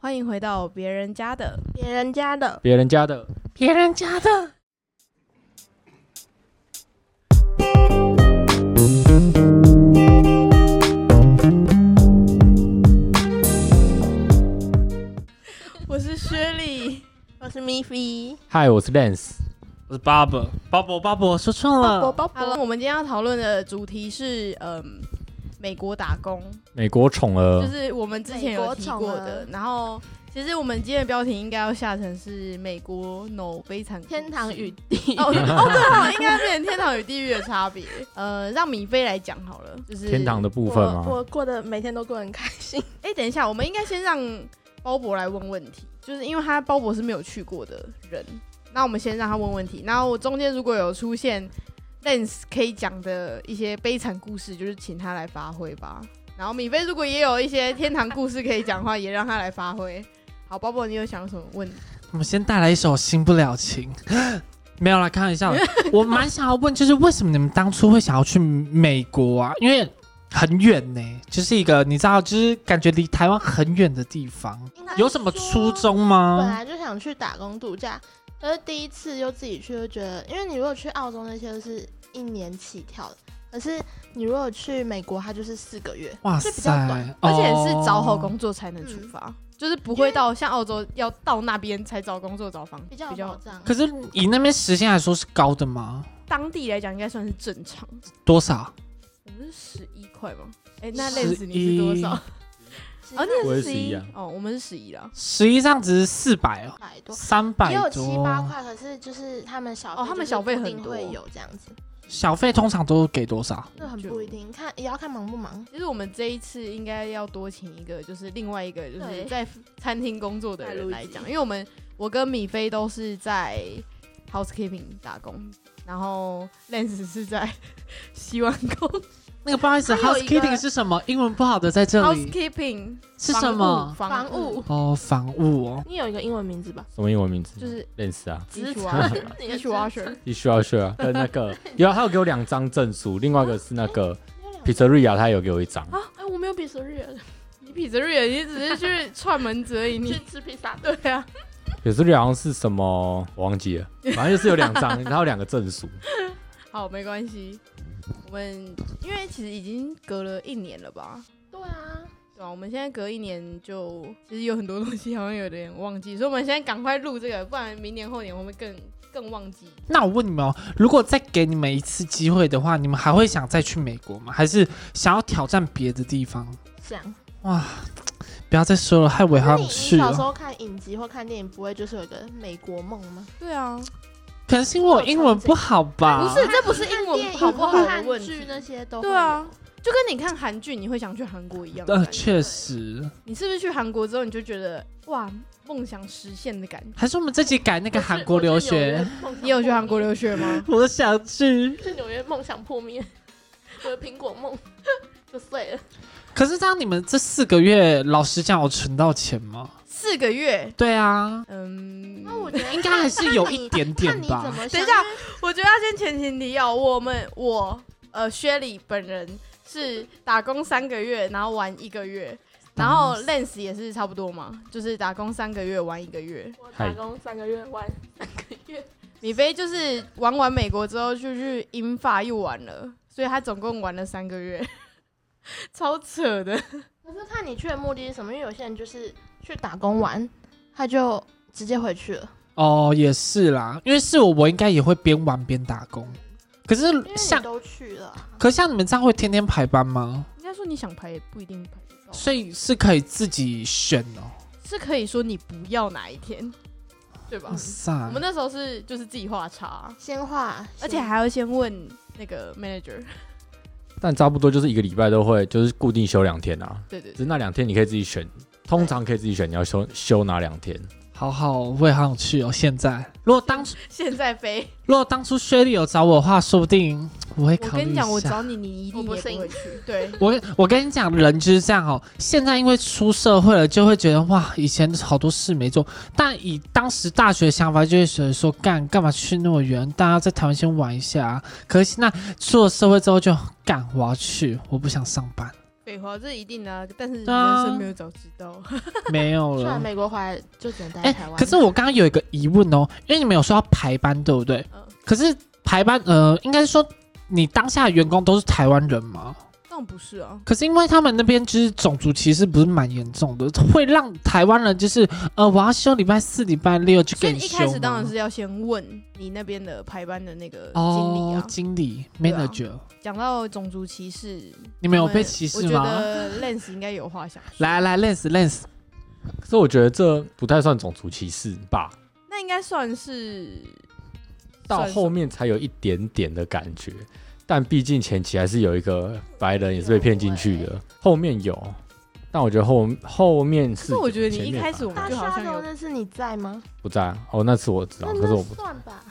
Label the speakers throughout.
Speaker 1: 欢迎回到别人家的。
Speaker 2: 别人家的，
Speaker 3: 别人家的，
Speaker 2: 别人家的，
Speaker 1: 我是薛丽，
Speaker 2: 我是咪菲。
Speaker 3: 嗨，我是 Lance。
Speaker 4: 我是 Bubble Bubble Bubble 说错了，
Speaker 2: 包
Speaker 1: 好了，我们今天要讨论的主题是，嗯，美国打工，
Speaker 3: 美国宠
Speaker 1: 就
Speaker 3: 儿，
Speaker 1: 是我们之前
Speaker 2: 美
Speaker 1: 有
Speaker 2: 国
Speaker 1: 提
Speaker 2: 宠
Speaker 1: 过
Speaker 2: 儿
Speaker 1: 的。然后，其实我们今天的标题应该要下成是“美国 no 悲惨故事
Speaker 2: 天堂与地
Speaker 1: 哦哦对哦，应该变成天堂与地狱的差别。呃，让米菲来讲好了，就是
Speaker 3: 天堂的部分
Speaker 2: 我
Speaker 3: 吗？
Speaker 2: 我过得每天都过得很开 心。
Speaker 1: 哎、等一下，我们应该先让鲍勃来问问题，就是因为他鲍勃是没有去过的人，那我们先让他问问题。然后我中间如果有出现 Lens 可以讲的一些悲惨故事，就是请他来发挥吧。然后米菲如果也有一些天堂故事可以讲的话，也让他来发挥。好，鲍勃，你有想什么问？
Speaker 4: 我们先带来一首《新不了情》。 没有啦，开玩笑 的。我蛮想要问，就是为什么你们当初会想要去美国啊？因为很远呢、就是一个你知道，就是感觉离台湾很远的地方。有什么初？衷
Speaker 2: 本
Speaker 4: 吗？
Speaker 2: 来就想去打工度假，可是第一次就自己去，就觉得，因为你如果去澳洲那些都是一年起跳的，可是你如果去美国，它就是四个月。
Speaker 4: 哇
Speaker 2: 就比较
Speaker 4: 塞
Speaker 2: 短，
Speaker 1: 而且
Speaker 4: 哦
Speaker 1: 是找好工作才能出发，就是不会到像澳洲要到那边才找工作找房，
Speaker 2: 比较
Speaker 1: 比
Speaker 2: 有保啊
Speaker 1: 较
Speaker 2: 障，
Speaker 4: 可是以那边时间来说是高的吗？
Speaker 1: 当地来讲应该算是正常。
Speaker 4: 多少？
Speaker 1: 我们是十一块吗？哎、那
Speaker 4: 11
Speaker 1: Lens 你是多少？
Speaker 2: 是
Speaker 1: 哦，你
Speaker 3: 我
Speaker 1: 也是
Speaker 3: 也是
Speaker 1: 十一
Speaker 3: 11啊
Speaker 1: 哦，我们是十一啦。
Speaker 4: 十一这样只是四百哦，
Speaker 2: 百多，
Speaker 4: 三百
Speaker 2: 也有
Speaker 4: 多。
Speaker 2: 七八块，可是就是他们小
Speaker 1: 哦他们小费
Speaker 2: 费就是
Speaker 1: 很
Speaker 2: 固
Speaker 1: 多
Speaker 2: 定会有这样子，
Speaker 4: 小费通常都给多少？
Speaker 2: 这很
Speaker 1: 就
Speaker 2: 不一定，看也要看忙不忙。
Speaker 1: 其实我们这一次应该要多请一个，就是另外一个就是
Speaker 2: 对
Speaker 1: 在餐厅工作的人来
Speaker 2: 再录
Speaker 1: 讲，
Speaker 2: 一集
Speaker 1: 因为我们我跟米菲都是在 housekeeping 打工，然后 Lens 是在洗碗工
Speaker 4: 那个不好意思
Speaker 1: 还有一个
Speaker 4: ，housekeeping 是什么？英文不好的在这里
Speaker 1: housekeeping
Speaker 4: 是
Speaker 1: 房
Speaker 4: 什
Speaker 1: 务
Speaker 4: 么？
Speaker 1: 房
Speaker 2: 房
Speaker 1: 务
Speaker 2: 务
Speaker 4: 哦，房务哦，
Speaker 2: 你有一个英文名字吧？
Speaker 3: 什么英文名字？
Speaker 1: 就是
Speaker 3: 认识啊，
Speaker 1: 支
Speaker 2: 职
Speaker 1: 持
Speaker 2: 场 你的
Speaker 1: washer，dish
Speaker 2: 职
Speaker 1: washer
Speaker 3: 必须要去 啊。跟那个有啊，他有给我两张证书，另外一个是那 个
Speaker 2: 有两个
Speaker 3: Pizzeria，他有给我一张。
Speaker 1: 啊
Speaker 2: 哎，我没有比索日人，
Speaker 1: 你痞子瑞，你只是去串门子而已，你
Speaker 2: 去吃披萨。
Speaker 1: 对啊，
Speaker 3: Pizzeria 好像是什么，我忘记了，反正就是有 两张，然后两个证书。
Speaker 1: 好，没关系。我们因为其实已经隔了一年了吧，
Speaker 2: 对啊，
Speaker 1: 对啊，我们现在隔一年就其实有很多东西好像有点忘记，所以我们现在赶快录这个，不然明年后年我们更更忘记。
Speaker 4: 那我问你们哦，如果再给你们一次机会的话，你们还会想再去美国吗？还是想要挑战别的地方？
Speaker 2: 想。
Speaker 4: 不要再说了，害我也
Speaker 2: 那
Speaker 4: 好
Speaker 2: 你
Speaker 4: 想
Speaker 2: 你
Speaker 4: 去
Speaker 2: 小时
Speaker 4: 哦。
Speaker 2: 候看影集或看电影，不会就是有一个美国梦吗？
Speaker 1: 对啊，
Speaker 4: 可能是因为我英文不好吧？
Speaker 1: 不是，这不是英文好不好的
Speaker 2: 看
Speaker 1: 问
Speaker 2: 剧
Speaker 1: 题。
Speaker 2: 那些都会
Speaker 1: 对啊，就跟你看韩剧，你会想去韩国一样的
Speaker 4: 呃，
Speaker 1: 感觉。
Speaker 4: 确实，
Speaker 1: 你是不是去韩国之后，你就觉得哇，梦想实现的感觉？
Speaker 4: 还是我们自己改那
Speaker 2: 有。
Speaker 4: 个韩国留学。
Speaker 1: 你有去韩国
Speaker 2: 留？
Speaker 1: 留学吗？
Speaker 4: 我想去，
Speaker 2: 去纽约梦想破灭，我的苹果梦 就碎了。
Speaker 4: 可是这样你们这四个月，老实讲，有存到钱吗？
Speaker 1: 四个月，
Speaker 4: 对啊，
Speaker 1: 嗯，
Speaker 2: 那我觉得
Speaker 4: 应该还是有一点点
Speaker 2: 看你
Speaker 4: 吧
Speaker 2: 怎。么想。
Speaker 1: 等一下，我觉得要先前情提要，我们我呃薛礼本人是打工三个月，然后玩一个月，然后 Lens 也是差不多嘛，就是打工三个月玩一个月。
Speaker 2: 我
Speaker 3: 打
Speaker 2: 工三个月，玩三个月，
Speaker 1: 米菲就是玩完美国之后就去英法又玩了，所以他总共玩了三个月， 超扯的。
Speaker 2: 可是看你去的目的是什么，因为有些人就是去打工玩，他就直接回去了。
Speaker 4: 哦，也是啦，因为是我，我应该也会边玩边打工。可是
Speaker 2: 因为
Speaker 4: 像
Speaker 2: 你，都去了啊，
Speaker 4: 可像你们这样会天天排班吗？
Speaker 1: 应该说你想排也不一定排得到，
Speaker 4: 所以是可以自己选哦。
Speaker 1: 是可以说你不要哪一天，对吧
Speaker 4: 哇？塞，
Speaker 1: 哦我们那时候是就是自己画叉，
Speaker 2: 先画，
Speaker 1: 而且
Speaker 2: 先
Speaker 1: 还要先问那个 manager。
Speaker 3: 但差不多就是一个礼拜都会，就是固定休两天啊。
Speaker 1: 对对
Speaker 3: 只是那两天你可以自己选，通常可以自己选你要休休哪两天。
Speaker 4: 好好，我也好想去哦。现在，如果当初
Speaker 1: 现在 飞。
Speaker 4: 如果当初薛丽有找我的话，说不定我会
Speaker 1: 我
Speaker 4: 考
Speaker 1: 跟你
Speaker 4: 虑一
Speaker 1: 讲，我
Speaker 4: 下。
Speaker 1: 找你，你一定也
Speaker 2: 我
Speaker 1: 不
Speaker 2: 不
Speaker 1: 会
Speaker 2: 信
Speaker 1: 去。 对，
Speaker 4: 我跟我跟你讲，人就是这样哦。现在因为出社会了，就会觉得哇，以前好多事没做。但以当时大学的想法，就会觉得说，干干嘛去那么远？大家在台 湾先玩一下、啊。可是现在出了社会之后就，干我要去，我不想上班。
Speaker 1: 废话，这一定的啊，但是人
Speaker 4: 对啊
Speaker 1: 生没有早知道。
Speaker 4: 没有
Speaker 2: 虽然
Speaker 4: 了。
Speaker 2: 美国回来就只能待
Speaker 4: 啊哎、
Speaker 2: 在台湾。
Speaker 4: 可是我刚刚有一个疑问哦，因为你们有说要排班，对不对？
Speaker 1: 嗯
Speaker 4: 可是排班，呃，应该说你当下的员工都是台湾人吗？
Speaker 1: 当然不是啊，
Speaker 4: 可是因为他们那边就是种族歧视不是蛮严重的，会让台湾人就是呃，我要休礼拜四、礼拜六就
Speaker 1: 所
Speaker 4: 给
Speaker 1: 以
Speaker 4: 你
Speaker 1: 一
Speaker 4: 休
Speaker 1: 开始当然
Speaker 4: 吗
Speaker 1: 是要先问你那边的排班的那个经理
Speaker 4: 哦
Speaker 1: 啊，。
Speaker 4: 经理
Speaker 1: 对啊
Speaker 4: manager，、
Speaker 1: 讲到种族歧视，
Speaker 4: 你们有
Speaker 1: 我们
Speaker 4: 被歧视
Speaker 1: 我觉
Speaker 4: 吗？
Speaker 1: 得 Lens 应该有话想说。
Speaker 4: 来来，Lens Lens，
Speaker 3: 可是我觉得这不太算种族歧视吧，
Speaker 1: 那应该算是
Speaker 3: 到
Speaker 1: 算是
Speaker 3: 后面才有一点点的感觉，但毕竟前期还是有一个白人也是被骗进去的，后面有，但我觉得后后面
Speaker 1: 可
Speaker 3: 是
Speaker 1: 是
Speaker 3: 有，
Speaker 1: 我觉得你
Speaker 3: 前
Speaker 1: 一
Speaker 3: 面
Speaker 1: 开
Speaker 3: 反
Speaker 1: 始
Speaker 3: 而
Speaker 1: 我们
Speaker 2: 大
Speaker 1: 就好
Speaker 2: 沙
Speaker 1: 像
Speaker 2: 洲
Speaker 1: 有
Speaker 2: 那次你在吗？
Speaker 3: 不在啊哦，那次我知道，
Speaker 2: 那
Speaker 3: 可是
Speaker 2: 那
Speaker 3: 我不
Speaker 2: 算吧。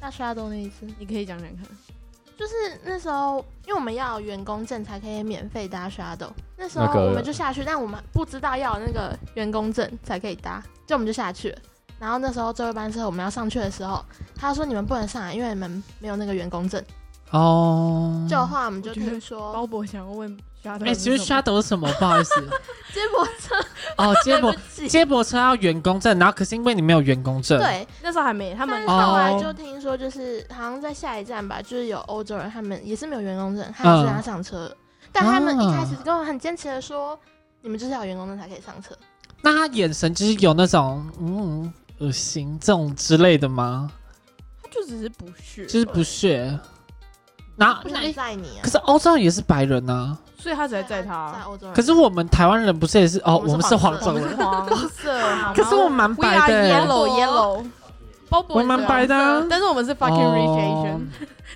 Speaker 2: 大沙洲那一次，
Speaker 1: 你可以讲讲看。
Speaker 2: 就是那时候，因为我们要有员工证才可以免费搭 shadow。那时候
Speaker 3: 那个
Speaker 2: 我们就下去，但我们不知道要有那个员工证才可以搭，就我们就下去了。然后那时候最后一班车我们要上去的时候，他说你们不能上来，因为你们没有那个员工证。
Speaker 4: 哦，
Speaker 2: 就话我们就
Speaker 1: 我觉得
Speaker 2: 听说
Speaker 1: 包伯想要问 Shadow，
Speaker 4: 哎，其实 shadow 是什么？不好意思，
Speaker 2: 接驳车
Speaker 4: 哦，接驳
Speaker 2: 对不起
Speaker 4: 接驳车要员工证，然后可是因为你没有员工证，，
Speaker 2: 对，
Speaker 1: 那时候还没他
Speaker 2: 但
Speaker 1: 们
Speaker 2: 是
Speaker 4: 哦
Speaker 2: 后来就听说，就是好像在下一站吧，就是有欧洲人，他们也是没有员工证，他们是让他上车，但他们一开始跟我很坚持的说，你们就是要有员工证才可以上车。
Speaker 4: 那他眼神就是有那种嗯恶心这种之类的吗？
Speaker 1: 他就只是不屑，
Speaker 4: 就是不屑，然后
Speaker 2: 不
Speaker 4: 那哎
Speaker 2: 想载你、啊
Speaker 4: 可，是欧洲人也是白人啊，
Speaker 1: 所以他啊才载
Speaker 2: 在
Speaker 1: 他。
Speaker 2: 欧洲人，
Speaker 4: 可是我们台湾人不是也是哦，
Speaker 2: 我
Speaker 4: 嗯我
Speaker 2: 们
Speaker 4: 们
Speaker 2: 是
Speaker 4: 是
Speaker 2: 黄
Speaker 4: 黄
Speaker 2: 色
Speaker 4: 种
Speaker 1: 我们
Speaker 4: 人
Speaker 1: 是，黄色， 好吗
Speaker 4: 可是我们蛮白的
Speaker 1: We
Speaker 4: 欸
Speaker 1: are yellow yellow，包伯
Speaker 4: 我蛮白的啊
Speaker 1: 但是我们是 fucking rich Asian，
Speaker 4: 哦，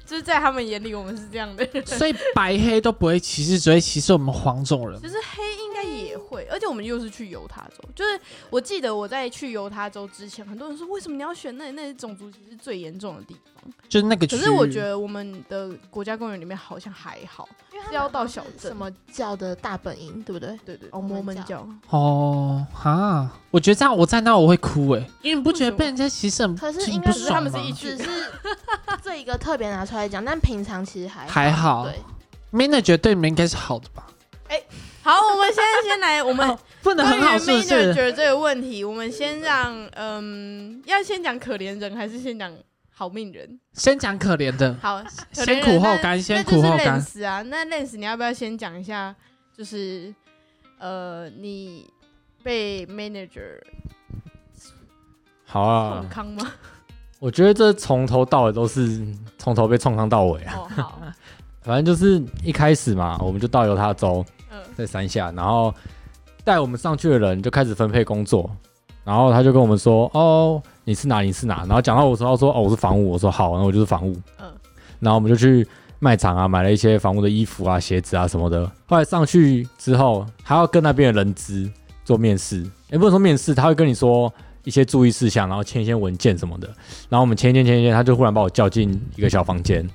Speaker 1: 就是在他们眼里我们是这样的 人。
Speaker 4: 所以白黑都不会歧视，只会歧视我们黄种人
Speaker 1: 其。实黑应该也会，而且我们又是去犹他州，就是我记得我在去犹他州之前，很多人说为什么你要选那里？那里种族歧视最严重的地方。
Speaker 4: 就是那个区
Speaker 1: 可
Speaker 4: 域。
Speaker 1: 是我觉得我们的国家公园里面好像还好，
Speaker 2: 因为他
Speaker 1: 是
Speaker 2: 们
Speaker 1: 要到小
Speaker 2: 什
Speaker 1: 镇。
Speaker 2: 么教的大本营，对不 对？
Speaker 1: 对对，
Speaker 2: 哦
Speaker 1: 哦，
Speaker 2: 摩
Speaker 1: 摩
Speaker 2: 门
Speaker 1: 门
Speaker 2: 教
Speaker 1: 教，
Speaker 4: 哦哈，我觉得这样我站到我会哭哎、因为你不
Speaker 1: 为什
Speaker 4: 觉得
Speaker 1: 么
Speaker 4: 被人家歧视很
Speaker 2: 可是
Speaker 4: 挺
Speaker 2: 应
Speaker 4: 不
Speaker 2: 该
Speaker 1: 只是他
Speaker 4: 爽
Speaker 1: 们
Speaker 4: 吗
Speaker 1: 是？一群
Speaker 2: 只是 这一个特别拿出来讲，但平常其实还
Speaker 1: 啊
Speaker 4: 还好
Speaker 2: 对，
Speaker 4: manager 对你们应该是好的吧？
Speaker 1: 好，我们现在先来，我们
Speaker 4: 哦不能
Speaker 1: 关
Speaker 4: 很
Speaker 1: 于
Speaker 4: 好是不
Speaker 1: manager
Speaker 4: 是？
Speaker 1: 这个问题，我们先让嗯，要先讲可怜人还是先讲好命人？
Speaker 4: 先讲可怜的，
Speaker 1: 好，可
Speaker 4: 先
Speaker 1: 怜
Speaker 4: 苦
Speaker 1: 人
Speaker 4: 后
Speaker 1: 那
Speaker 4: 甘，
Speaker 1: 那
Speaker 4: 先
Speaker 1: 就
Speaker 4: 苦
Speaker 1: 是
Speaker 4: 后甘。
Speaker 1: Lens 啊，那 Lens 你要不要先讲一下？就是呃，你被 manager
Speaker 3: 好啊
Speaker 1: 控。康 吗？
Speaker 3: 我觉得这从头到尾都是从头被冲康到尾啊，
Speaker 1: 哦，好，
Speaker 3: 反正就是一开始嘛，我们就到犹他州，
Speaker 1: 嗯，
Speaker 3: 在山下，然后带我们上去的人就开始分配工作，然后他就跟我们说：“哦，你是哪？你是哪？”然后讲到我说：“他说哦，我是房务。”我说：“好，那我就是房务。”
Speaker 1: 嗯
Speaker 3: 嗯，然后我们就去卖场啊，买了一些房务的衣服啊、鞋子啊什么的。后来上去之后，还要跟那边的人资做面试，也不能说面试，他会跟你说一些注意事项，然后签一些文件什么的。然后我们签一签签一签，他就忽然把我叫进一个小房间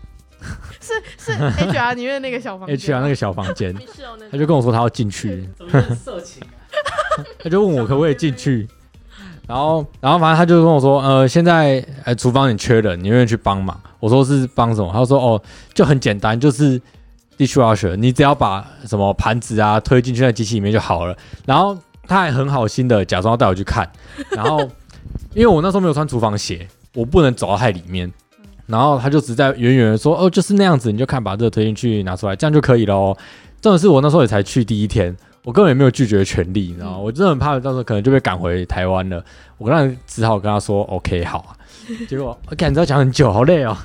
Speaker 1: 是是 HR 里面的那个小房间啊
Speaker 3: ，HR 哎那个小房 间，
Speaker 1: 你是有哦那
Speaker 3: 他就跟我说他要进去。
Speaker 4: 怎么是色情啊？
Speaker 3: 他就问我可不可以进去，然后然后反正他就跟我说，呃，现在呃厨房很缺人，你愿不愿意去帮忙？我说是帮什么？他说哦，就很简单，就是 dishwasher，你只要把什么盘子啊推进去那机器里面就好了。然后他还很好心的假装要带我去看，然后 因为我那时候没有穿厨房鞋，我不能走到太里面。然后他就只在远远的说：“哦，就是那样子，你就看把这个推进去拿出来，这样就可以了哦。”重点是我那时候也才去第一天，我根本也没有拒绝的权利，你知道吗？
Speaker 1: 嗯
Speaker 3: 我真的很怕到时候可能就被赶回台湾了。我当然只好跟他说：“OK，好 啊。”结果我感觉要讲很久，好累哦。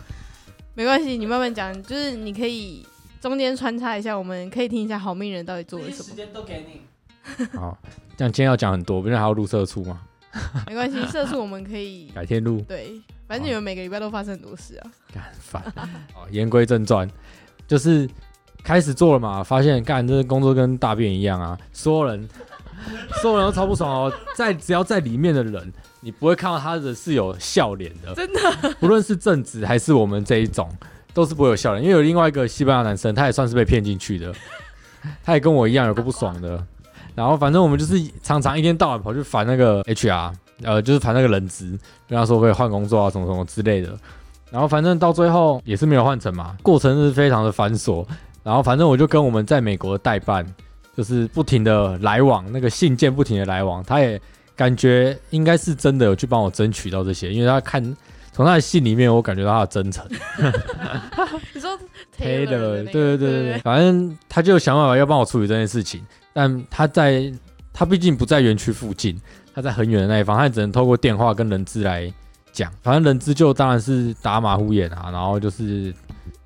Speaker 1: 没关系，你慢慢讲，就是你可以中间穿插一下，我们可以听一下好命人到底做了什么。
Speaker 4: 间都给你。
Speaker 3: 好，这样今天要讲很多，不然还要录社畜嘛，
Speaker 1: 没关系，社畜我们可以
Speaker 3: 改天录。
Speaker 1: 对，反正你们每个礼拜都发生很多事啊。
Speaker 3: 干烦。 好言归正传，就是开始做了嘛，发现干这工作跟大便一样啊，所有人， 所有人都超不爽哦。在只要在里面的人，你不会看到他的是有笑脸的，真的。不论是正职还是我们这一种，都是不会有笑脸。因为有另外一个西班牙男生，他也算是被骗进去的，他也跟我一样有个不爽的。然后反正我们就是常常一天到晚跑去烦那个 HR，呃，就是烦那个人资，跟他说可以换工作啊，什么什么之类的。然后反正到最后也是没有换成嘛，过程是非常的繁琐。然后反正我就跟我们在美国的代办，就是不停的来往，那个信件不停的来往，他也感觉应该是真的有去帮我争取到这些，因为他看从他的信里面，我感觉到他的真诚。
Speaker 1: 你说
Speaker 3: 黑
Speaker 1: Taylor 的
Speaker 3: 的，
Speaker 1: 那个
Speaker 3: 对对对对对，反正他就想办法要帮我处理这件事情，但他在他毕竟不在园区附近，他在很远的那一方，他只能透过电话跟人资来讲。反正人资就当然是打马虎眼啊，然后就是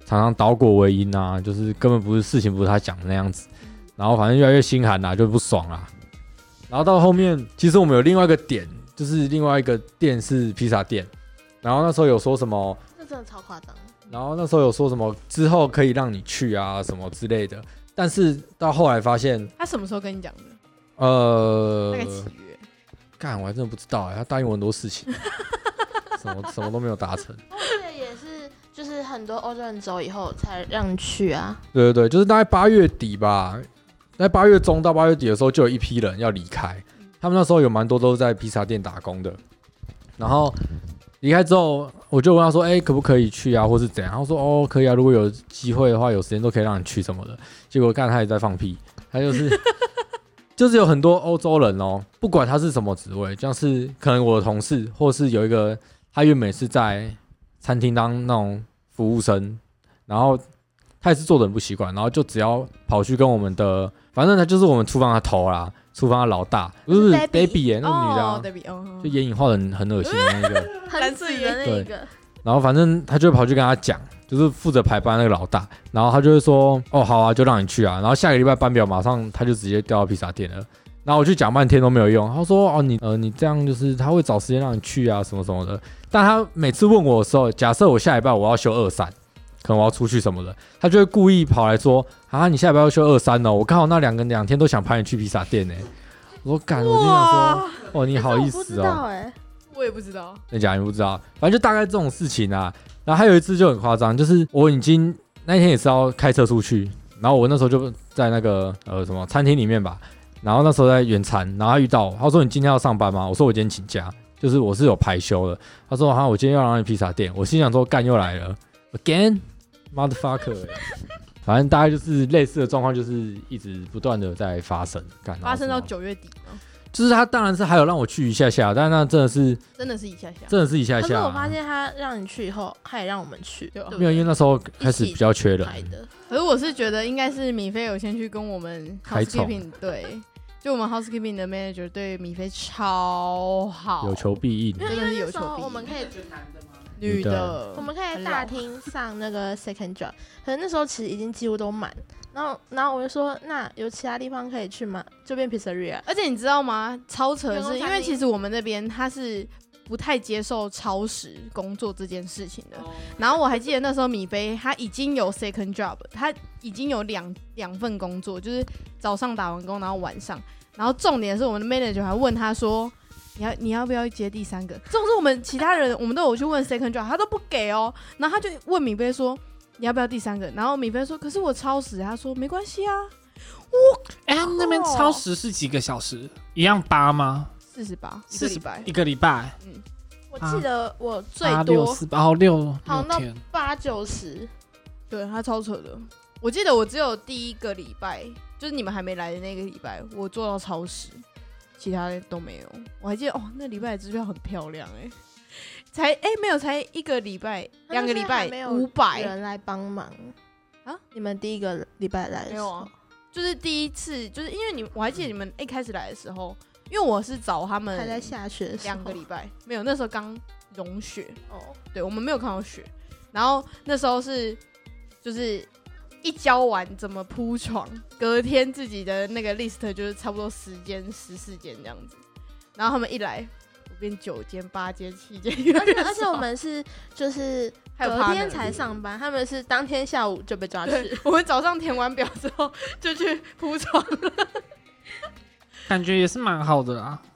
Speaker 3: 常常倒果为因啊，就是根本不是事情不是他讲的那样子，然后反正越来越心寒啦、啊就不爽啦、然后到后面，其实我们有另外一个点，就是另外一个店是披萨店，然后那时候有说什么。
Speaker 2: 那真的超夸张。
Speaker 3: 然后那时候有说什么之后可以让你去啊什么之类的，但是到后来发现，
Speaker 1: 他什么时候跟你讲的？
Speaker 3: 呃
Speaker 1: 大，概几月？
Speaker 3: 干我还真的不知道哎、他答应我很多事情，什么什么都没有达成。
Speaker 2: 我记得也是，就是很多欧洲人走以后才让你去啊。
Speaker 3: 对对对，就是大概八月底吧，在八月中到八月底的时候，就有一批人要离开。他们那时候有蛮多都是在披萨店打工的，然后离开之后，我就问他说：“哎、可不可以去啊，或是怎样？”他说：“哦，可以啊，如果有机会的话，有时间都可以让你去什么的。”结果看他也在放屁，他就是 就是有很多欧洲人哦，不管他是什么职位，像是可能我的同事，或是有一个他原本是在餐厅当那种服务生，然后他也是做的很不习惯，然后就只要跑去跟我们的，反正他就是我们厨房的头啦，厨房的老大，不是
Speaker 2: Debbie
Speaker 3: Debbie 耶、那个女的啊、
Speaker 1: 哦，Debbie，哦，
Speaker 3: 就眼影画的很很恶心的那个。
Speaker 1: 蓝色
Speaker 2: 很紫
Speaker 1: 眼
Speaker 2: 的
Speaker 3: 对
Speaker 2: 那个，
Speaker 3: 然后反正他就会跑去跟他讲，就是负责排班那个老大，然后他就会说，哦，好啊，就让你去啊。然后下个礼拜班表马上他就直接调到披萨店了。然后我去讲半天都没有用，他说，哦，你呃你这样就是他会找时间让你去啊什么什么的。但他每次问我的时候，假设我下礼拜我要休二三，可能我要出去什么的，他就会故意跑来说，啊，你下礼拜要休二三哦，我刚好那两个两天都想拍你去披萨店呢、我说，干，我就想说，
Speaker 1: 哇，
Speaker 3: 哦，你好意
Speaker 2: 我不
Speaker 3: 思
Speaker 2: 知
Speaker 3: 哦。
Speaker 2: 道
Speaker 1: 欸
Speaker 2: 哎，
Speaker 1: 我也不知道，
Speaker 3: 真假你不知道，反正就大概这种事情啊。然后还有一次就很夸张，就是我已经那天也是要开车出去，然后我那时候就在那个呃什么餐厅里面吧，然后那时候在远餐，然后他遇到我，他说你今天要上班吗？我说我今天请假，就是我是有排休的。他说哈、我今天要让你披萨店，我心想说干又来了，again motherfucker 欸、反正大概就是类似的状况，就是一直不断的在发生，干
Speaker 1: 发生到，
Speaker 3: 然后什么
Speaker 1: 九月底吗？
Speaker 3: 就是他当然是还有让我去一下下，但那真的是
Speaker 1: 真的是一下下，
Speaker 3: 真的是一下
Speaker 2: 可是
Speaker 3: 下啊、
Speaker 2: 我发现他让你去以后，他也让我们去，
Speaker 1: 对啊
Speaker 2: 对不
Speaker 3: 没有，因为
Speaker 2: 对？
Speaker 3: 那时候开始比较缺人，
Speaker 2: 来的，
Speaker 1: 可是我是觉得应该是米菲有先去跟我们
Speaker 3: 开宠
Speaker 1: housekeeping 对，就我们 housekeeping 的 manager 对米菲超好，
Speaker 3: 有求必应。
Speaker 1: 真的是有求必应。
Speaker 2: 我们可以，
Speaker 1: 女
Speaker 3: 女
Speaker 1: 的
Speaker 3: 的，
Speaker 2: 我们可以在大
Speaker 1: 啊
Speaker 2: 厅上那个 second job，可是那时候其实已经几乎都满，然后然后我就说，那有其他地方可以去吗？就变 pizzeria，
Speaker 1: 而且你知道吗？超扯的
Speaker 2: 员工
Speaker 1: 是，因
Speaker 2: 餐
Speaker 1: 为
Speaker 2: 厅
Speaker 1: 其实我们那边他是不太接受超时工作这件事情的。然后我还记得那时候米菲他已经有 second job，他已经有两两份工作，就是早上打完工，然后晚上。然后重点是我们的 manager 还问他说：“你要你要不要接第三个？”这种是我们其他人我们都有去问 second job，他都不给哦。然后他就问米菲说：“你要不要第三个？”然后米菲说：“可是我超时。”他说：“没关系啊，
Speaker 4: 哎、他们那边超时是几个小时？一样八吗？
Speaker 1: 四十八，一个
Speaker 4: 四
Speaker 1: 礼
Speaker 4: 十
Speaker 1: 拜。”
Speaker 4: 一个礼拜，
Speaker 2: 我
Speaker 3: 啊
Speaker 2: 记得我最
Speaker 4: 八六
Speaker 2: 多
Speaker 4: 四八哦六
Speaker 2: 好
Speaker 4: 六
Speaker 2: 那
Speaker 4: 天，
Speaker 2: 八九十，
Speaker 1: 对他超扯的。我记得我只有第一个礼拜，就是你们还没来的那个礼拜，我做到超时，其他的都没有。我还记得哦，那礼拜的支票很漂亮哎、才哎、没有才一个礼拜，两个礼拜
Speaker 2: 没有
Speaker 1: 五百，
Speaker 2: 人来帮忙
Speaker 1: 啊
Speaker 2: 啊！你们第一个礼拜来
Speaker 1: 没
Speaker 2: 的时
Speaker 1: 有
Speaker 2: 候
Speaker 1: 啊，就是第一次，就是因为你我还记得你们一开始来的时候，因为我是找他们
Speaker 2: 还在下雪的时候，
Speaker 1: 两个礼拜，没有那时候刚融雪，
Speaker 2: 哦，
Speaker 1: 对我们没有看到雪。然后那时候是就是一教完怎么铺床，隔天自己的那个 list 就是差不多十间十四间这样子。然后他们一来，我变九间八间七间，越来
Speaker 2: 而且
Speaker 1: 越
Speaker 2: 而且
Speaker 1: 少
Speaker 2: 我们是就是
Speaker 1: 啊还有
Speaker 2: 隔天
Speaker 1: partner
Speaker 2: 才上班，他们是当天下午就被抓去。
Speaker 1: 我们早上填完表之后就去铺床，
Speaker 4: 感觉也是蛮好的啦。
Speaker 1: 嗯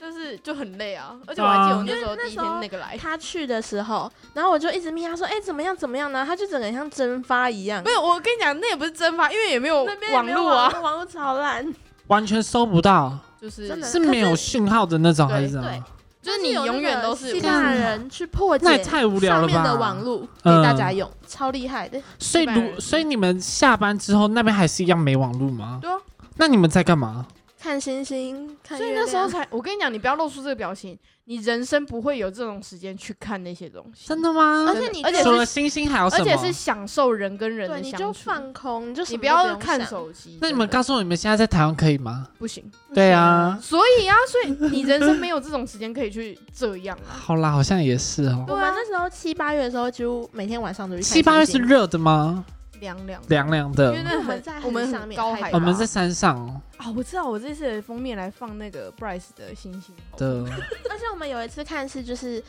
Speaker 1: 就是就很累啊。而且我还记得我那时候
Speaker 2: 对啊
Speaker 1: 第一天那个来，
Speaker 2: 他去的时候，然后我就一直密他说：“哎、怎么样怎么样呢？”他就整个很像蒸发一样
Speaker 1: 没，有我跟你讲，那也不是蒸发，因为也没有
Speaker 2: 那边也
Speaker 1: 网
Speaker 2: 没有
Speaker 1: 络啊，
Speaker 2: 网络超烂。
Speaker 4: 完全搜不到，
Speaker 1: 就是
Speaker 2: 真的
Speaker 4: 是没有讯号的那种
Speaker 1: 对
Speaker 4: 还是怎么
Speaker 2: 对
Speaker 4: 样？
Speaker 1: 就是就是你永远都是
Speaker 2: 西大人去破解
Speaker 4: 那也太无聊了吧
Speaker 2: 上面的网路给
Speaker 4: 嗯
Speaker 2: 大家用，超厉害的。
Speaker 4: 所以
Speaker 1: 一般人
Speaker 4: 如所以你们下班之后那边还是一样没网路吗？
Speaker 1: 对啊
Speaker 4: 那你们在干嘛？
Speaker 2: 看星星，看
Speaker 1: 所以
Speaker 2: 月
Speaker 1: 那时候
Speaker 2: 亮
Speaker 1: 才，我跟你讲，你不要露出这个表情，你人生不会有这种时间去看那些东西，
Speaker 4: 真的吗？
Speaker 2: 而且你
Speaker 1: 而且
Speaker 4: 除
Speaker 2: 就是
Speaker 4: 了星星还有什
Speaker 1: 而
Speaker 4: 么？
Speaker 1: 且是享受人跟人
Speaker 2: 对，
Speaker 1: 的
Speaker 2: 你
Speaker 1: 相
Speaker 2: 就
Speaker 1: 处。
Speaker 2: 放空，你就什
Speaker 1: 你不
Speaker 2: 么都不
Speaker 1: 要
Speaker 2: 用
Speaker 1: 看
Speaker 2: 想，
Speaker 1: 手机。
Speaker 4: 那你
Speaker 1: 真
Speaker 4: 们
Speaker 1: 的
Speaker 4: 告诉我，你们现在在台湾可以吗？
Speaker 1: 不行，
Speaker 4: 对啊，
Speaker 1: 所以啊，所以你人生没有这种时间可以 去这样啊。
Speaker 4: 好啦，好像也是哦。
Speaker 2: 我们那时候七八月的时候，几乎每天晚上都去看
Speaker 4: 七八月
Speaker 2: 星
Speaker 4: 是
Speaker 2: 星
Speaker 4: 热的吗？
Speaker 1: 凉凉，
Speaker 4: 凉凉
Speaker 1: 因
Speaker 4: 的
Speaker 1: 为。那
Speaker 2: 我
Speaker 1: 很
Speaker 2: 们在
Speaker 1: 我们
Speaker 2: 很上
Speaker 1: 很
Speaker 2: 面
Speaker 1: 高
Speaker 2: 海
Speaker 1: 海
Speaker 2: 拔
Speaker 4: 我
Speaker 1: 拔。
Speaker 4: 们在山上
Speaker 1: 啊，我知道，我这次的封面来放那个 Bryce 的星星。
Speaker 4: 的，
Speaker 2: 而且我们有一次看是就是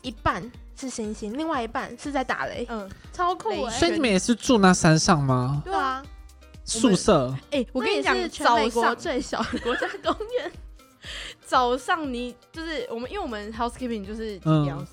Speaker 2: 一半是星星，另外一半是在打雷，
Speaker 1: 嗯，
Speaker 2: 超酷
Speaker 1: 雷
Speaker 2: 哎、
Speaker 4: 所以你们也是住那山上吗？
Speaker 2: 对啊，
Speaker 4: 宿舍？
Speaker 1: 哎、我跟你讲
Speaker 2: 那也，是全
Speaker 1: 早
Speaker 2: 美国
Speaker 1: 上
Speaker 2: 最小的国家 公园，
Speaker 1: 早上你就是我们，因为我们 housekeeping 就是几
Speaker 4: 嗯
Speaker 1: 点要上？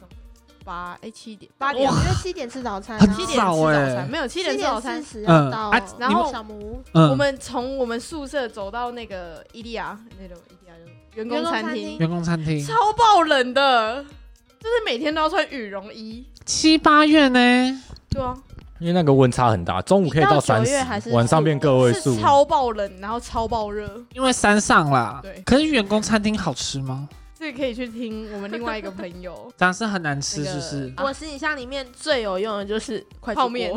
Speaker 1: 八哎七点八点
Speaker 2: 我们就七点吃早餐，
Speaker 4: 很
Speaker 2: 然后
Speaker 1: 七点吃
Speaker 4: 早
Speaker 1: 早
Speaker 4: 欸
Speaker 1: 餐，没有七
Speaker 2: 七
Speaker 1: 点吃早餐
Speaker 2: 四。十
Speaker 4: 嗯
Speaker 2: 要到
Speaker 4: 啊，
Speaker 1: 然后
Speaker 2: 小木屋
Speaker 1: 我
Speaker 4: 嗯，
Speaker 1: 们从我们宿舍走到那个伊利亚那种伊利亚就是员工
Speaker 2: 员工
Speaker 1: 餐
Speaker 2: 餐
Speaker 1: 厅
Speaker 2: 厅，
Speaker 4: 员工餐厅。
Speaker 1: 超爆冷的，就是每天都要穿羽绒衣。
Speaker 4: 七八月呢？
Speaker 1: 对啊，
Speaker 3: 因为那个温差很大，中午可以
Speaker 2: 到
Speaker 3: 三
Speaker 2: 九月还是
Speaker 3: 十，晚上变个位数
Speaker 1: 是。超爆冷，然后超爆热。
Speaker 4: 因为山上啦
Speaker 1: 对。
Speaker 4: 可是员工餐厅好吃吗？
Speaker 1: 这个可以去听我们另外一个朋友
Speaker 4: 当然是很难吃，
Speaker 1: 那
Speaker 4: 是
Speaker 1: 个
Speaker 4: 不是？
Speaker 1: 啊
Speaker 2: 我行李箱里面最有用的就是快
Speaker 1: 泡面。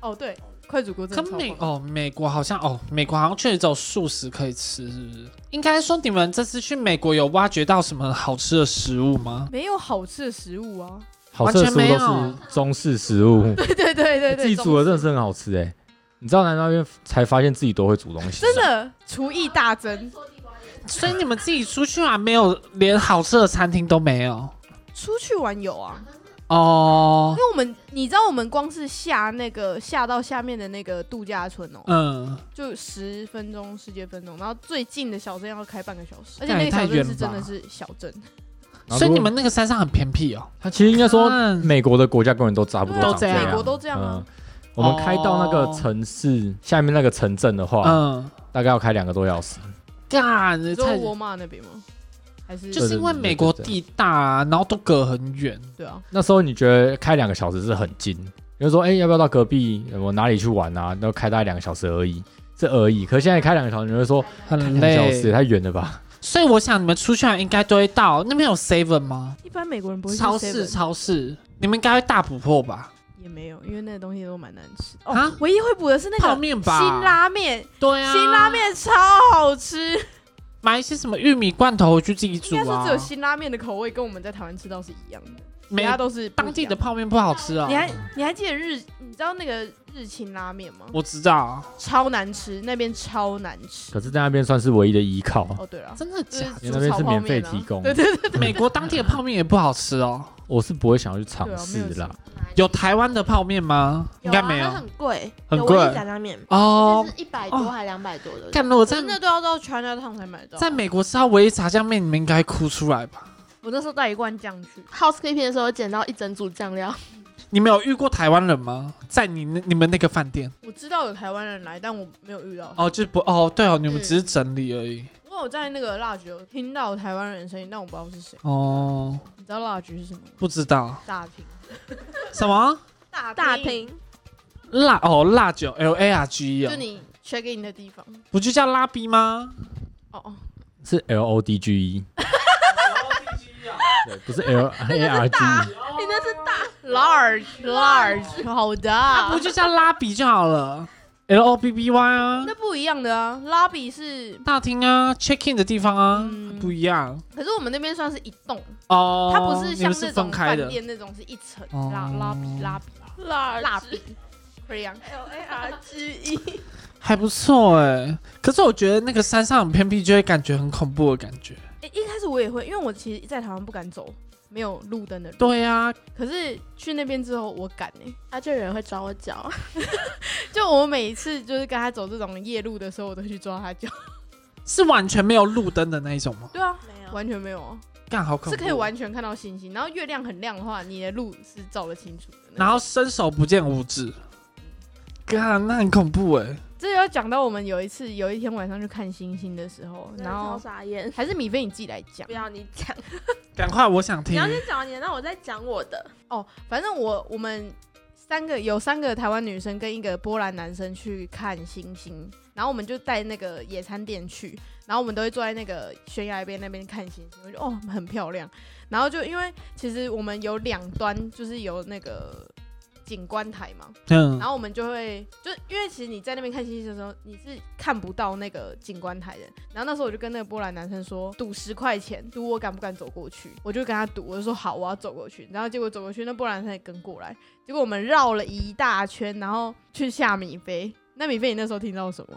Speaker 1: 哦，对，快煮锅真
Speaker 4: 可
Speaker 1: 的超
Speaker 4: 美
Speaker 1: 棒
Speaker 4: 哦，美国好像哦，美国好像确实只有素食可以吃，是不是？应该说你们这次去美国有挖掘到什么好吃的食物吗？
Speaker 1: 没有好吃的食物啊。
Speaker 3: 好吃的食
Speaker 4: 完
Speaker 3: 物
Speaker 4: 全
Speaker 3: 都
Speaker 4: 没有
Speaker 3: 是中式食物，
Speaker 1: 对对 对对对，
Speaker 3: 自己煮的真
Speaker 1: 中
Speaker 3: 的
Speaker 1: 式
Speaker 3: 是很好吃哎。你知道来那边才发现自己都会煮东西，
Speaker 1: 真的厨艺大增。
Speaker 4: 所以你们自己出去啊玩没有，连好吃的餐厅都没有
Speaker 1: 出去玩有啊，
Speaker 4: 哦
Speaker 1: 因。为我们你知道我们光是下那个下到下面的那个度假村哦，
Speaker 4: 嗯，
Speaker 1: 就十分钟十几分钟，然后最近的小镇要开半个小时，而
Speaker 4: 那
Speaker 1: 且那
Speaker 4: 也
Speaker 1: 个
Speaker 4: 太
Speaker 1: 小
Speaker 4: 远
Speaker 1: 镇是
Speaker 4: 了
Speaker 1: 真的
Speaker 4: 吧
Speaker 1: 是小镇，
Speaker 3: 啊然后
Speaker 4: 所以你们那个山上很偏僻哦。
Speaker 3: 它其实应该说
Speaker 4: 嗯
Speaker 3: 美国的国家公园都差不多
Speaker 1: 对啊
Speaker 3: 长样，
Speaker 1: 美国都这样啊
Speaker 3: 嗯。我们开到那个城市下面那个城镇的话，
Speaker 4: 哦嗯，
Speaker 3: 大概要开两个多小时。
Speaker 4: 干，
Speaker 1: 你
Speaker 4: 太
Speaker 1: 说沃尔玛那边吗？还是
Speaker 4: 就是因为美国地大、啊，然后都隔很远。
Speaker 1: 对啊，
Speaker 3: 那时候你觉得开两个小时是很近，比如说，哎、要不要到隔壁呃我哪里去玩啊？那开大概两个小时而已，这而已。可是现在开两个小时，你会说开
Speaker 4: 很
Speaker 3: 两个小时也
Speaker 4: 累，
Speaker 3: 太远了吧？
Speaker 4: 所以我想你们出去玩应该都会到那边有 Seven 吗？
Speaker 1: 一般美国人不会去
Speaker 4: 超市
Speaker 1: 7-Eleven
Speaker 4: 超市，你们应该会大补破吧？
Speaker 1: 也没有，因为那个东西都蛮难吃的。
Speaker 4: 啊
Speaker 1: 哦，唯一会补的是那个
Speaker 4: 泡面吧
Speaker 1: 辛拉面，
Speaker 4: 对啊，
Speaker 1: 辛拉面超好吃，
Speaker 4: 买一些什么玉米罐头回去自己煮
Speaker 1: 应该说
Speaker 4: 啊
Speaker 1: 只有。辛拉面的口味跟我们在台湾吃到是一样的，
Speaker 4: 没
Speaker 1: 其他都是不一样
Speaker 4: 当地的。泡面不好吃啊
Speaker 1: 你。还你还记得日你知道那个日清拉面吗？
Speaker 4: 我知道，
Speaker 1: 超难吃，那边超难吃
Speaker 3: 可。是在那边算是唯一的依靠，
Speaker 1: 哦，对了，
Speaker 4: 真的假
Speaker 1: 就是煮
Speaker 3: 因为那边
Speaker 1: 炒
Speaker 3: 是
Speaker 1: 泡
Speaker 3: 免费
Speaker 1: 面啊
Speaker 3: 提供
Speaker 1: 对对对，
Speaker 4: 的？美国当地的泡面也不好吃哦。
Speaker 3: 我是不会想要去尝
Speaker 1: 对啊没
Speaker 3: 试
Speaker 1: 有
Speaker 3: 啦。
Speaker 4: 有台湾的泡面吗？应该
Speaker 2: 啊
Speaker 4: 没有
Speaker 2: 它很贵，
Speaker 4: 很
Speaker 2: 有
Speaker 4: 贵
Speaker 2: 威力炸酱面，
Speaker 4: 哦
Speaker 2: 就。是一百
Speaker 4: 哦
Speaker 2: 多还两百多的。
Speaker 4: 干了，我在
Speaker 1: 真的都要到全家烫才买得到。
Speaker 4: 在美国吃到唯一炸酱面，你们应该哭出来吧？
Speaker 1: 我那时候带一罐酱去，
Speaker 2: housekeeping 的时候捡到一整组酱料，
Speaker 4: 你们有遇过台湾人吗？在你那你们那个饭店？
Speaker 1: 我知道有台湾人来，但我没有遇到。
Speaker 4: 哦，就是不哦，对哦，你们
Speaker 1: 嗯
Speaker 4: 只是整理而已。
Speaker 1: 因为我在那个辣局有听到台湾人的声音，但我不知道是谁。
Speaker 4: 哦，
Speaker 1: 你知道辣局是什么吗？
Speaker 4: 不知道
Speaker 1: 大厅，
Speaker 4: 什么
Speaker 1: 大
Speaker 2: 大，厅
Speaker 4: 辣哦辣酒 L A R G 哦
Speaker 1: 就，你 check in 的地方。
Speaker 4: 不就叫拉比吗？
Speaker 1: 哦哦，
Speaker 3: 是 L O D G E，对，不是 L A R G，E
Speaker 1: 你那是大 large 哦 large 好
Speaker 4: 啊，不
Speaker 1: 大，
Speaker 4: 就叫拉比就好了，L O B B Y 啊，
Speaker 1: 那不一样的啊。拉比是，
Speaker 4: 大厅啊，check in 的地方啊，
Speaker 1: 嗯
Speaker 4: 不一样
Speaker 1: 可是我们那边算是一栋，
Speaker 4: 哦。
Speaker 1: 它不是
Speaker 4: 你
Speaker 1: 像
Speaker 4: 们
Speaker 1: 那
Speaker 4: 是
Speaker 1: 种
Speaker 4: 分开
Speaker 1: 饭
Speaker 4: 的，
Speaker 1: 店那种是一层
Speaker 4: 哦
Speaker 1: 拉拉比拉比
Speaker 2: 辣
Speaker 1: 蜡笔 crayon。
Speaker 2: L A R G E，
Speaker 4: 还不错哎、可是我觉得那个山上很偏僻，就会感觉很恐怖的感觉。
Speaker 1: 诶一开始我也会，因为我其实在台湾不敢走没有路灯的路。
Speaker 4: 对啊，
Speaker 1: 可是去那边之后，我敢哎、
Speaker 2: 啊，就有人会抓我 脚，
Speaker 1: 就我每一次就是跟他走这种夜路的时候，我都去抓他脚。
Speaker 4: 是完全没有路灯的那一种吗？
Speaker 1: 对啊，
Speaker 2: 没，
Speaker 1: 完全没有啊，
Speaker 4: 干好恐怖，哦
Speaker 1: 是可以。完全看到星星。然后月亮很亮的话，你的路是照得清楚的那种。
Speaker 4: 然后伸手不见五指，干那很恐怖哎、
Speaker 1: 这要讲到我们有一次有一天晚上去看星星的时候，然后
Speaker 2: 傻眼，
Speaker 1: 还是米菲你自己来讲。
Speaker 2: 要你讲，
Speaker 4: 赶快，我想
Speaker 2: 你
Speaker 4: 听
Speaker 2: 要。先讲完你的，那我再讲我的。
Speaker 1: 哦，反正我我们三个有三个台湾女生跟一个波兰男生去看星星，然后我们就带那个野餐垫去，然后我们都会坐在那个悬崖边那边看星星，我就哦很漂亮。然后就因为其实我们有两端就是有那个景观台嘛，
Speaker 4: 嗯
Speaker 1: 然，后我们就会，就因为其实你在那边看星星的时候，你是看不到那个景观台的。然后那时候我就跟那个波兰男生说，赌十块钱，赌我敢不敢走过去。我就跟他赌，我就说好，我要走过去。然后结果啊走过去，那波兰男生也跟过来，结果我们绕了一大圈，然后去下米菲。那米菲，你那时候听到什么？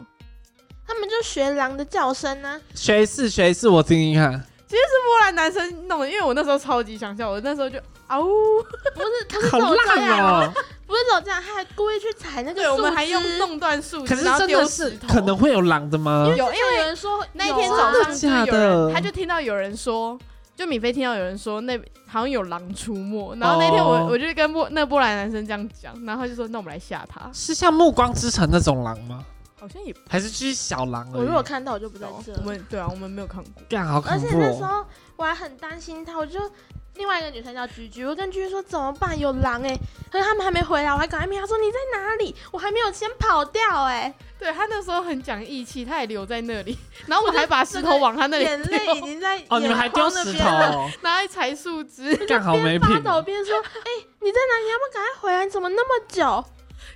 Speaker 2: 他们就学狼的叫声啊呢、
Speaker 4: 谁是谁是？我听听看。
Speaker 1: 波兰男生弄的，因为我那时候超级想笑，我那时候就啊呜，
Speaker 2: 不是不是
Speaker 4: 好
Speaker 2: 只有这啊
Speaker 4: 烂
Speaker 2: 样，
Speaker 4: 哦！
Speaker 2: 不是只有这样，他还故意去踩那个
Speaker 1: 对，我
Speaker 2: 树
Speaker 1: 们
Speaker 2: 枝
Speaker 1: 还用弄断树枝，
Speaker 4: 可是
Speaker 1: 然后
Speaker 4: 真
Speaker 1: 丢
Speaker 4: 的是
Speaker 1: 石头，
Speaker 4: 可能会有狼的吗
Speaker 1: 有，？因为
Speaker 2: 有人说
Speaker 1: 那一天
Speaker 2: 有啊
Speaker 1: 早上就
Speaker 4: 真的
Speaker 1: 有
Speaker 4: 假的
Speaker 1: 人，他就听到有人说，就米菲听到有人说那好像有狼出没，然后那天我、
Speaker 4: 哦
Speaker 1: 我就跟波那波兰男生这样讲，然后他就说那我们来吓他，
Speaker 4: 是像《暮光之城》那种狼吗？
Speaker 1: 好像也不
Speaker 4: 还是就是小狼而已？
Speaker 2: 我如果看到我就不
Speaker 1: 知
Speaker 2: 在
Speaker 1: 道
Speaker 2: 这，
Speaker 1: 我们对啊，我们没有看过，
Speaker 4: 干好恐
Speaker 2: 而且
Speaker 4: 怖
Speaker 2: 那时
Speaker 4: 哦！
Speaker 2: 候我还很担心他，我就另外一个女生叫居居，我跟居居说怎么办，有狼哎、可是他们还没回来，我还赶快问他说你在哪里？我还没有先跑掉哎、
Speaker 1: 对他那时候很讲义气，他也留在那里， 然后我们还把石头往他那里
Speaker 2: 眼泪已
Speaker 1: 丢，
Speaker 2: 经在
Speaker 4: 哦，你们
Speaker 2: 眼
Speaker 4: 还丢
Speaker 2: 眶那
Speaker 4: 石
Speaker 2: 边
Speaker 4: 头
Speaker 2: 了
Speaker 4: 哦，
Speaker 1: 拿来踩树枝，
Speaker 4: 干好没
Speaker 2: 边
Speaker 4: 品
Speaker 2: 发抖
Speaker 4: 哦。
Speaker 2: 边说：“哎、你在哪里？你要不要赶快回来？你怎么那么久？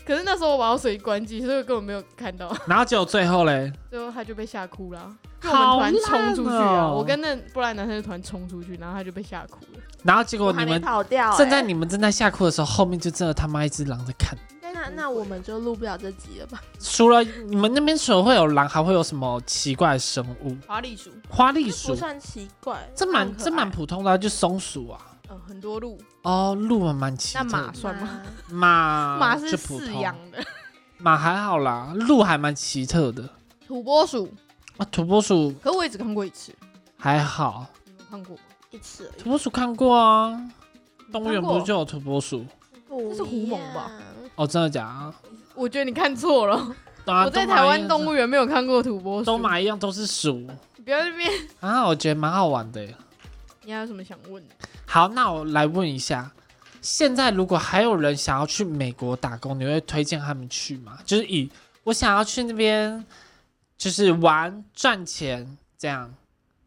Speaker 1: 可是那时候我把我手机关机，所以我根本没有看到，
Speaker 4: 然后结果最后嘞，
Speaker 1: 最后他就被吓哭了。就我们
Speaker 4: 好
Speaker 1: 突然冲
Speaker 4: 烂
Speaker 1: 出去啊！
Speaker 4: 哦
Speaker 1: 我跟那波兰男生就突然冲出去，然后他就被吓哭了。
Speaker 4: 然后结果
Speaker 2: 我
Speaker 4: 你
Speaker 2: 还没
Speaker 4: 们
Speaker 2: 跑掉、
Speaker 4: 正在
Speaker 2: 哎
Speaker 4: 你们正在下哭的时候，后面就真的他妈一只狼在看。
Speaker 2: 那那我们就录不了这集了吧？
Speaker 4: 除了你们那边除了会有狼，还会有什么奇怪的生物？
Speaker 1: 华丽鼠，
Speaker 4: 花栗
Speaker 2: 这不
Speaker 4: 鼠，
Speaker 2: 算奇怪，
Speaker 4: 这
Speaker 1: 很
Speaker 4: 蛮
Speaker 1: 可爱
Speaker 4: 这蛮普通的啊，就松鼠啊。
Speaker 1: 呃，很多路，
Speaker 4: 哦，鹿蛮蛮奇
Speaker 1: 那
Speaker 4: 特
Speaker 1: 马
Speaker 4: 的，
Speaker 1: 算吗？
Speaker 2: 妈？
Speaker 4: 马
Speaker 1: 马是
Speaker 4: 就普
Speaker 1: 饲
Speaker 4: 通
Speaker 1: 养，的，
Speaker 4: 马还好啦，鹿还蛮奇特的
Speaker 1: 土拨鼠，
Speaker 4: 啊。土拨鼠
Speaker 1: 可我也只看过一次，
Speaker 4: 还好，
Speaker 1: 你们看过吗？
Speaker 2: 一次而已
Speaker 4: 土拨鼠看过啊，动物园
Speaker 1: 看过
Speaker 4: 不是就有土拨鼠？
Speaker 2: 不
Speaker 1: 是狐
Speaker 2: 一
Speaker 1: 獴吧
Speaker 2: 样
Speaker 4: 哦，真的假的？
Speaker 1: 我觉得你看错了，
Speaker 4: 对啊
Speaker 1: 我在
Speaker 4: 东马
Speaker 1: 台
Speaker 4: 一
Speaker 1: 湾
Speaker 4: 样
Speaker 1: 动物园没有看过土拨鼠。
Speaker 4: 东马一样都是鼠
Speaker 1: 你不要在那边。
Speaker 4: 啊，我觉得蛮好玩的耶。
Speaker 1: 你还有什么想问的？
Speaker 4: 好，那我来问一下，现在如果还有人想要去美国打工，你会推荐他们去吗？就是以我想要去那边，就是玩赚钱这样，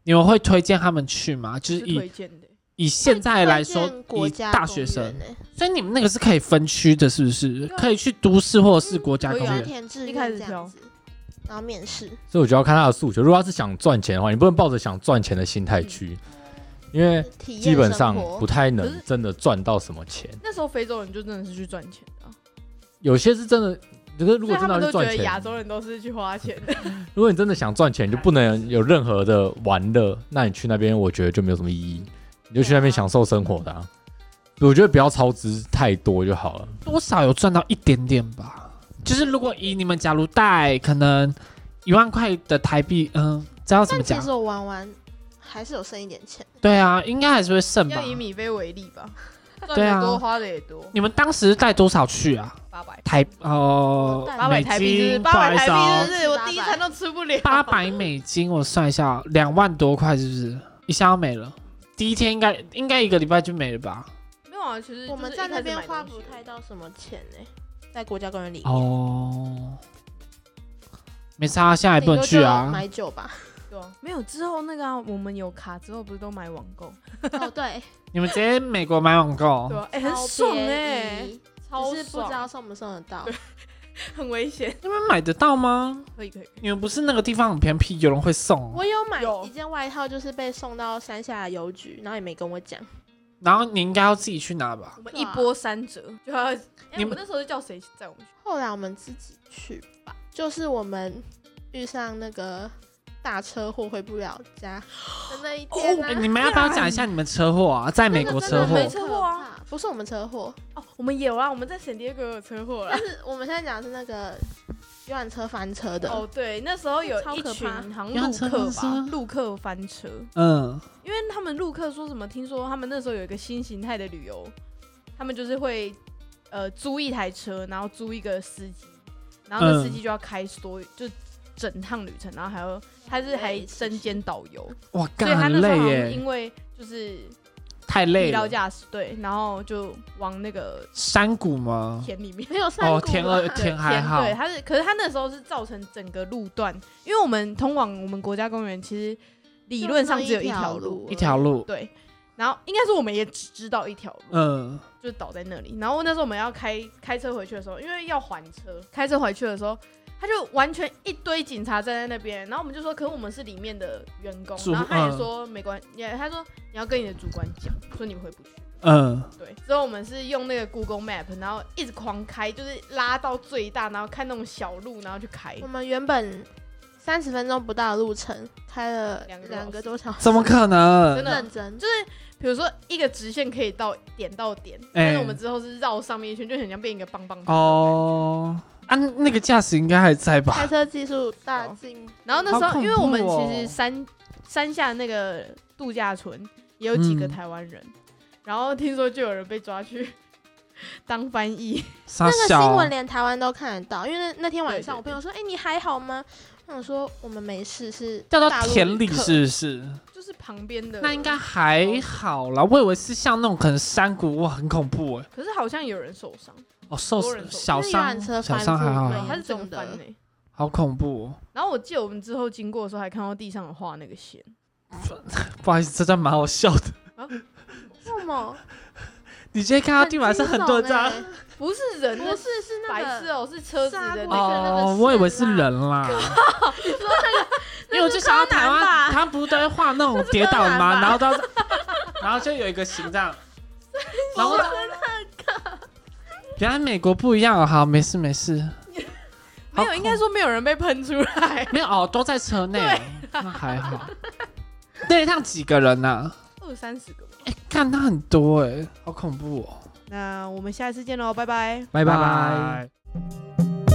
Speaker 4: 你们会推荐他们去吗？就是是
Speaker 1: 推
Speaker 4: 以
Speaker 1: 荐的，
Speaker 4: 以现在来说
Speaker 2: 推荐，国
Speaker 4: 以
Speaker 2: 家
Speaker 4: 大学生
Speaker 2: 公，园
Speaker 4: 所以你们那个是可以分区的，是不是？
Speaker 1: 对啊
Speaker 4: 可以去都市或者是国家
Speaker 1: 可
Speaker 4: 公
Speaker 1: 以
Speaker 2: 欸，
Speaker 1: 啊
Speaker 2: 要
Speaker 4: 园。
Speaker 2: 填志
Speaker 1: 一开
Speaker 2: 愿
Speaker 1: 始
Speaker 2: 这
Speaker 1: 挑
Speaker 2: 样子，然后面试。
Speaker 3: 所以我就要看他的诉求。如果他是想赚钱的话，你不能抱着想赚钱的心态去，因为
Speaker 2: 体验
Speaker 3: 基本上
Speaker 2: 生活
Speaker 3: 不太
Speaker 1: 可
Speaker 3: 能
Speaker 1: 是
Speaker 3: 真的赚到什么钱。
Speaker 1: 那时候非洲人就真的是去赚钱的啊，
Speaker 3: 有些是真的，可是
Speaker 1: 所
Speaker 3: 如果
Speaker 1: 以他们都觉
Speaker 3: 真的要去赚
Speaker 1: 得亚
Speaker 3: 钱，
Speaker 1: 洲人都是去花钱 的。
Speaker 3: 如果你真的想赚钱，你就不能有任何的玩乐，那你去那边我觉得就没有什么意义，你就去那边享受生活的、啊。我觉得不要超支太多就好了。
Speaker 4: 多少有赚到一点点吧。就是如果以你们假如带可能一万块的台币，嗯，知道怎么
Speaker 2: 但其
Speaker 4: 讲
Speaker 2: 实？我玩完还是有剩一点钱，
Speaker 4: 对啊，应该还是会剩吧
Speaker 1: 要。以米菲为例 吧，赚
Speaker 4: 对
Speaker 1: 的
Speaker 4: 啊
Speaker 1: 多，花的也多，
Speaker 4: 你们当时带多少去啊？
Speaker 1: 八百，
Speaker 4: 台哦
Speaker 2: 我，带
Speaker 1: 八百
Speaker 4: 美
Speaker 1: 台币就是
Speaker 4: 金，
Speaker 1: 八百台
Speaker 4: 不
Speaker 1: 币，
Speaker 4: 好意思哦
Speaker 1: 就是我第一餐都吃不了。
Speaker 4: 八百美金，我算一下哦，两万多块是不是？一下要没了。第一天应该应该一个礼拜就没了吧？
Speaker 1: 没有啊，其实
Speaker 2: 我
Speaker 1: 就
Speaker 2: 们
Speaker 1: 是
Speaker 2: 在
Speaker 1: 一开
Speaker 2: 那
Speaker 1: 始
Speaker 2: 边
Speaker 1: 买
Speaker 2: 花
Speaker 1: 东
Speaker 2: 不
Speaker 1: 西
Speaker 2: 太到什么钱呢、在国家公园里面。
Speaker 4: 哦，没差，现在也
Speaker 2: 顶
Speaker 4: 不
Speaker 2: 多
Speaker 4: 能去
Speaker 2: 就哦
Speaker 4: 啊。
Speaker 2: 买酒吧。
Speaker 1: 对啊，没有之后那个啊，我们有卡之后不是都买网购？
Speaker 2: 哦， 对，
Speaker 4: 你们直接美国买网购
Speaker 1: 对，啊，哎，很爽哎，超
Speaker 2: 只是不知道
Speaker 1: 爽，
Speaker 2: 送不送得到。
Speaker 1: 很危险。啊
Speaker 4: 你们买得到吗？
Speaker 1: 可以可以可以，
Speaker 4: 你们不是那个地方很偏僻，有人会送，
Speaker 2: 我有买
Speaker 1: 有
Speaker 2: 一件外套，就是被送到山下的邮局，然后也没跟我讲。
Speaker 4: 然后你应该要自己去拿
Speaker 2: 啊
Speaker 4: 吧
Speaker 1: 我？们一波三折，就要。哎，
Speaker 4: 你
Speaker 1: 我
Speaker 4: 们
Speaker 1: 那时候是叫谁载我们去？
Speaker 2: 后来我们自己去吧，就是我们遇上那个大车祸回不了家的那一天
Speaker 4: 哎
Speaker 2: 啊。
Speaker 4: 你们要不要讲一下你们车祸啊？在美国车
Speaker 1: 真的
Speaker 4: 祸
Speaker 1: 没，车祸啊
Speaker 2: 很可怕！不是我们车祸，
Speaker 1: 哦，我们有啊，我们在圣地亚哥有车祸啦
Speaker 2: 但。是我们现在讲的是那个游览车翻车的。
Speaker 1: 哦，对，那时候有
Speaker 2: 超
Speaker 1: 一
Speaker 2: 可
Speaker 1: 群
Speaker 2: 怕
Speaker 1: 好像
Speaker 4: 有辆
Speaker 1: 陆
Speaker 4: 车
Speaker 1: 客
Speaker 4: 翻车
Speaker 1: 吧，陆客翻车，
Speaker 4: 嗯，
Speaker 1: 因为他们陆客说什么？听说他们那时候有一个新形态的旅游，他们就是会呃租一台车，然后租一个司机，然后那
Speaker 4: 嗯
Speaker 1: 司机就要开所有、就整趟旅程，然后还要他是还身兼导游，
Speaker 4: 哇，
Speaker 1: 所以他
Speaker 4: 干
Speaker 1: 那
Speaker 4: 很
Speaker 1: 时候
Speaker 4: 累
Speaker 1: 好像
Speaker 4: 耶。
Speaker 1: 因为就是
Speaker 4: 太累
Speaker 1: 疲劳
Speaker 4: 了。
Speaker 1: 驾驶，对，然后就往那个
Speaker 4: 山谷吗？
Speaker 1: 田里面。
Speaker 2: 没有山
Speaker 4: 哦，
Speaker 2: 谷
Speaker 4: 天
Speaker 2: 吧
Speaker 4: 鹅天还好
Speaker 1: 对，，它是，可是它那时候是造成整个路段，因为我们通往我们国家公园其实理论上只有一条路，
Speaker 4: 一条路，
Speaker 1: 对。然后应该说我们也只知道一条路，
Speaker 4: 嗯，
Speaker 1: 就倒在那里。然后那时候我们要开开车回去的时候，因为要还车，开车回去的时候，他就完全一堆警察站在那边。然后我们就说，可是我们是里面的员工，
Speaker 4: 主
Speaker 1: 然后他也
Speaker 4: 嗯
Speaker 1: 说、没关系，也他说你要跟你的主管讲，说你回不去。
Speaker 4: 嗯，
Speaker 1: 对，之后我们是用那个 Google Map，然后一直狂开，就是拉到最大，然后看那种小路，然后去开。
Speaker 2: 我们原本三十分钟不到的路程，开了
Speaker 1: 两个多
Speaker 2: 两个多小时，
Speaker 4: 怎么可能
Speaker 1: 真？的
Speaker 2: 认真？
Speaker 1: 就是比如说一个直线可以到点到点，但是我们之后是绕上面一圈，就很像变一个棒棒糖。
Speaker 4: 哦，啊，那个驾驶应该还在吧
Speaker 2: 开？车技术大进步，
Speaker 1: 然后那时候，
Speaker 4: 好恐怖哦
Speaker 1: 因为我们其实山山下那个度假村也有几
Speaker 4: 嗯
Speaker 1: 个台湾人，然后听说就有人被抓去 当翻译，
Speaker 4: 傻
Speaker 2: 那个
Speaker 4: 小
Speaker 2: 新闻连台湾都看得到，因为那那天晚上
Speaker 1: 对对
Speaker 2: 我朋友说：“哎、你还好吗？”我想说我们没事，是
Speaker 4: 掉到
Speaker 2: 大陆
Speaker 4: 田里
Speaker 2: 客
Speaker 4: 是不是？
Speaker 1: 就是旁边的。
Speaker 4: 那应该，还好啦，我以为是像那种可能山谷哇，很恐怖哎、
Speaker 1: 可是好像有人受伤，
Speaker 4: 哦，受
Speaker 1: 多人走
Speaker 4: 小
Speaker 2: 就是游
Speaker 4: 伤
Speaker 2: 览车
Speaker 4: 小
Speaker 2: 翻
Speaker 4: 伤还好
Speaker 2: 覆，
Speaker 1: 他
Speaker 2: 嘛
Speaker 1: 是整个翻
Speaker 2: 严重
Speaker 1: 呢、
Speaker 2: 的
Speaker 4: 好恐怖、哦。
Speaker 1: 然后我记得我们之后经过的时候，还看到地上有画那个线，
Speaker 4: 不好意思，这段蛮好笑的。
Speaker 2: 什么？
Speaker 4: 你今天看到地板上很多张、
Speaker 2: 很惊悚
Speaker 1: 不是人，
Speaker 2: 欸
Speaker 1: 那
Speaker 2: 不
Speaker 1: 是
Speaker 2: 是是那
Speaker 1: 白
Speaker 2: 个
Speaker 1: 痴哦、是车子
Speaker 2: 杀
Speaker 1: 的
Speaker 2: 过
Speaker 1: 那
Speaker 2: 去
Speaker 1: 个。
Speaker 2: 的那个
Speaker 4: 哦，我以为
Speaker 2: 线
Speaker 4: 是
Speaker 2: 啦
Speaker 4: 人啦。 因为我就想到台
Speaker 1: 柯南吧
Speaker 4: 湾，他们不是都会画那种跌倒的吗？然后到， 然后就有一个形状，然后原来美国不一样哦。好，没事没事，
Speaker 1: 没有，应该说没有人被喷出来，
Speaker 4: 没有哦，都在车内哦，那还好。那一趟几个人呐、啊？
Speaker 1: 二三十个吧。
Speaker 4: 哎、看他很多哎、好恐怖哦！
Speaker 1: 那我们下一次见喽，拜拜。
Speaker 3: 拜
Speaker 4: 拜
Speaker 3: 拜。